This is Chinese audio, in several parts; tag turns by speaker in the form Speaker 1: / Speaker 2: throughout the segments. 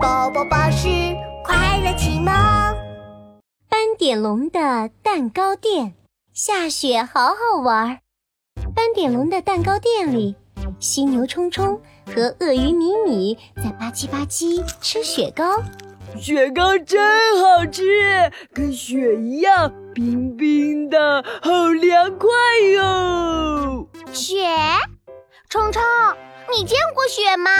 Speaker 1: 宝宝巴士快乐启蒙。
Speaker 2: 斑点龙的蛋糕店，下雪好好玩儿。斑点龙的蛋糕店里，犀牛冲冲和鳄鱼米米在吧唧吧唧吃雪糕。
Speaker 3: 雪糕真好吃，跟雪一样冰冰的，好凉快哟、
Speaker 1: 雪，冲冲，你见过雪吗？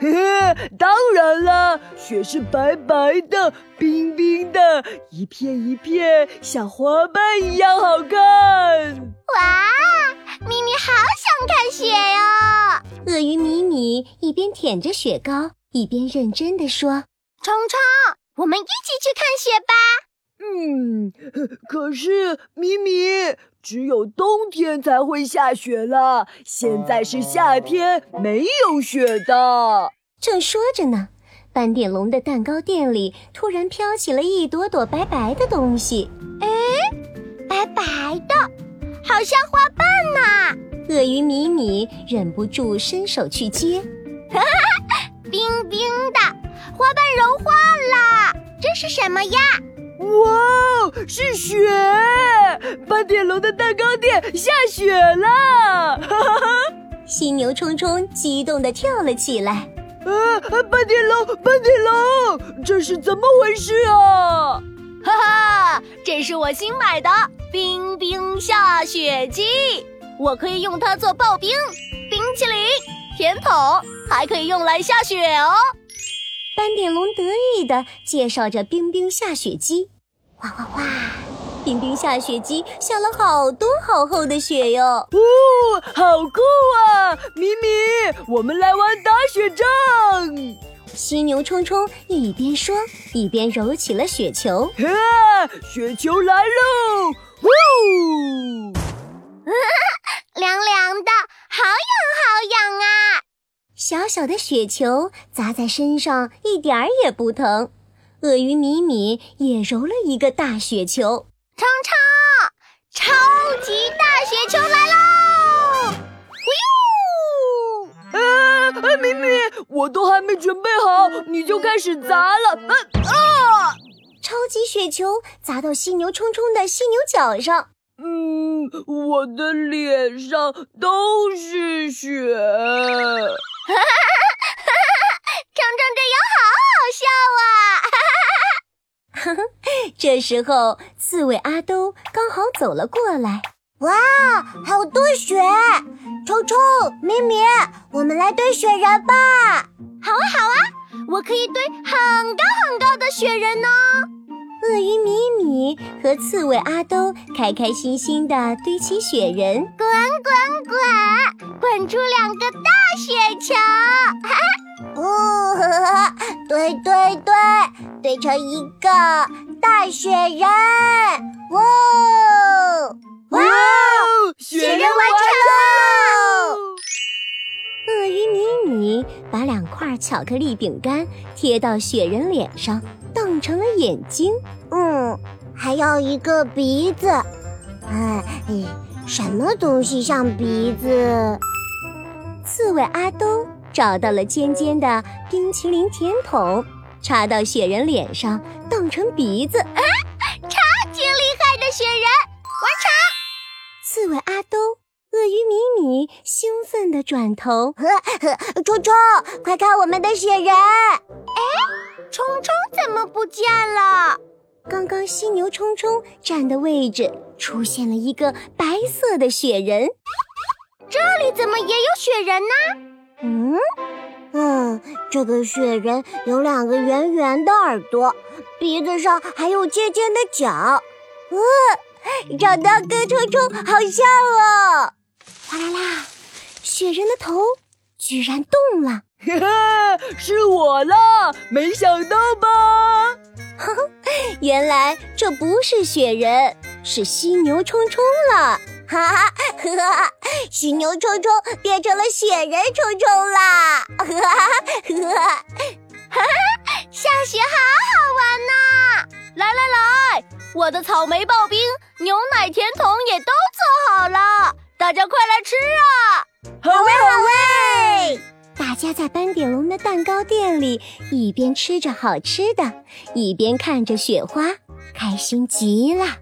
Speaker 3: 嘿嘿，当然啦，雪是白白的、冰冰的，一片一片，像花瓣一样好看。
Speaker 1: 哇，咪咪好想看雪呀、
Speaker 2: 鳄鱼米米一边舔着雪糕，一边认真地说
Speaker 1: 冲冲，我们一起去看雪吧。
Speaker 3: 嗯，可是米米，只有冬天才会下雪啦，现在是夏天，没有雪的。：“
Speaker 2: 正说着呢，斑点龙的蛋糕店里突然飘起了一朵朵白白的东西。哎
Speaker 1: 白白的，好像花瓣呐、
Speaker 2: 鳄鱼米米忍不住伸手去接，
Speaker 1: 冰冰的，花瓣融化了。这是什么呀？
Speaker 3: 哇，哦，是雪！斑点龙的蛋糕店下雪啦！
Speaker 2: 犀牛冲冲激动地跳了起来。”
Speaker 3: 啊，斑点龙，斑点龙，这是怎么回事啊？
Speaker 1: 哈哈，这是我新买的冰冰下雪机，我可以用它做刨冰、冰淇淋、甜筒，还可以用来下雪哦。
Speaker 2: 斑点龙得意地介绍着冰冰下雪机。哇哇哇！冰冰下雪机下了好多好厚的雪哟！
Speaker 3: 哦，好酷啊！米米，我们来玩打雪仗。
Speaker 2: 犀牛冲冲一边说，一边揉起了雪球。
Speaker 3: 啊，雪球来喽！呜！
Speaker 1: 凉凉的，好痒好痒啊！
Speaker 2: 小小的雪球砸在身上一点儿也不疼。鳄鱼米米也揉了一个大雪球。
Speaker 1: 冲冲，超级大雪球来喽！呼呦！
Speaker 3: 啊啊，米米，我都还没准备好，你就开始砸了。啊啊！
Speaker 2: 超级雪球砸到犀牛冲冲的犀牛角上，
Speaker 3: 嗯，我的脸上都是雪。
Speaker 1: 程程这样好好笑啊！
Speaker 2: 这时候，刺猬阿兜刚好走了过来。
Speaker 1: 哇，好多雪！冲冲、米米，我们来堆雪人吧！好啊，好啊，我可以堆很高很高的雪人呢、哦
Speaker 2: 鳄鱼米米和刺猬阿兜开开心心地堆起雪人。
Speaker 1: 滚滚滚出两个大雪球！哦，堆堆堆，堆成一个大雪人！哇、哦！
Speaker 3: 哇哦，
Speaker 1: 雪
Speaker 3: 雪
Speaker 1: 人完成喽！
Speaker 2: 鳄鱼米米把两块巧克力饼干贴到雪人脸上，当成了眼睛。
Speaker 1: 嗯，还要一个鼻子。哎，哎什么东西像鼻子？
Speaker 2: 刺猬阿兜找到了尖尖的冰淇淋甜筒，插到雪人脸上，当成鼻子。
Speaker 1: 超级厉害的雪人！
Speaker 2: 刺猬阿兜、鳄鱼米米兴奋地转头。
Speaker 1: 冲冲，快看我们的雪人！哎，冲冲怎么不见了？
Speaker 2: 刚刚犀牛冲冲站的位置出现了一个白色的雪人，
Speaker 1: 这里怎么也有雪人呢？嗯，嗯，这个雪人有两个圆圆的耳朵，鼻子上还有尖尖的角。嗯，找到跟冲冲好像哦！
Speaker 2: 哗啦啦，雪人的头居然动了。
Speaker 3: 嘿嘿， 是我啦，没想到吧？
Speaker 2: 原来这不是雪人，是犀牛冲冲了。
Speaker 1: 哈哈， 呵哈，犀牛冲冲变成了雪人冲冲啦！呵哈，呵哈，哈哈，下雪好好玩呐、来来来，我的草莓刨冰、牛奶甜筒也都做好了，大家快来吃啊！
Speaker 3: 好味好味！
Speaker 2: 大家在斑点龙的蛋糕店里一边吃着好吃的，一边看着雪花，开心极了。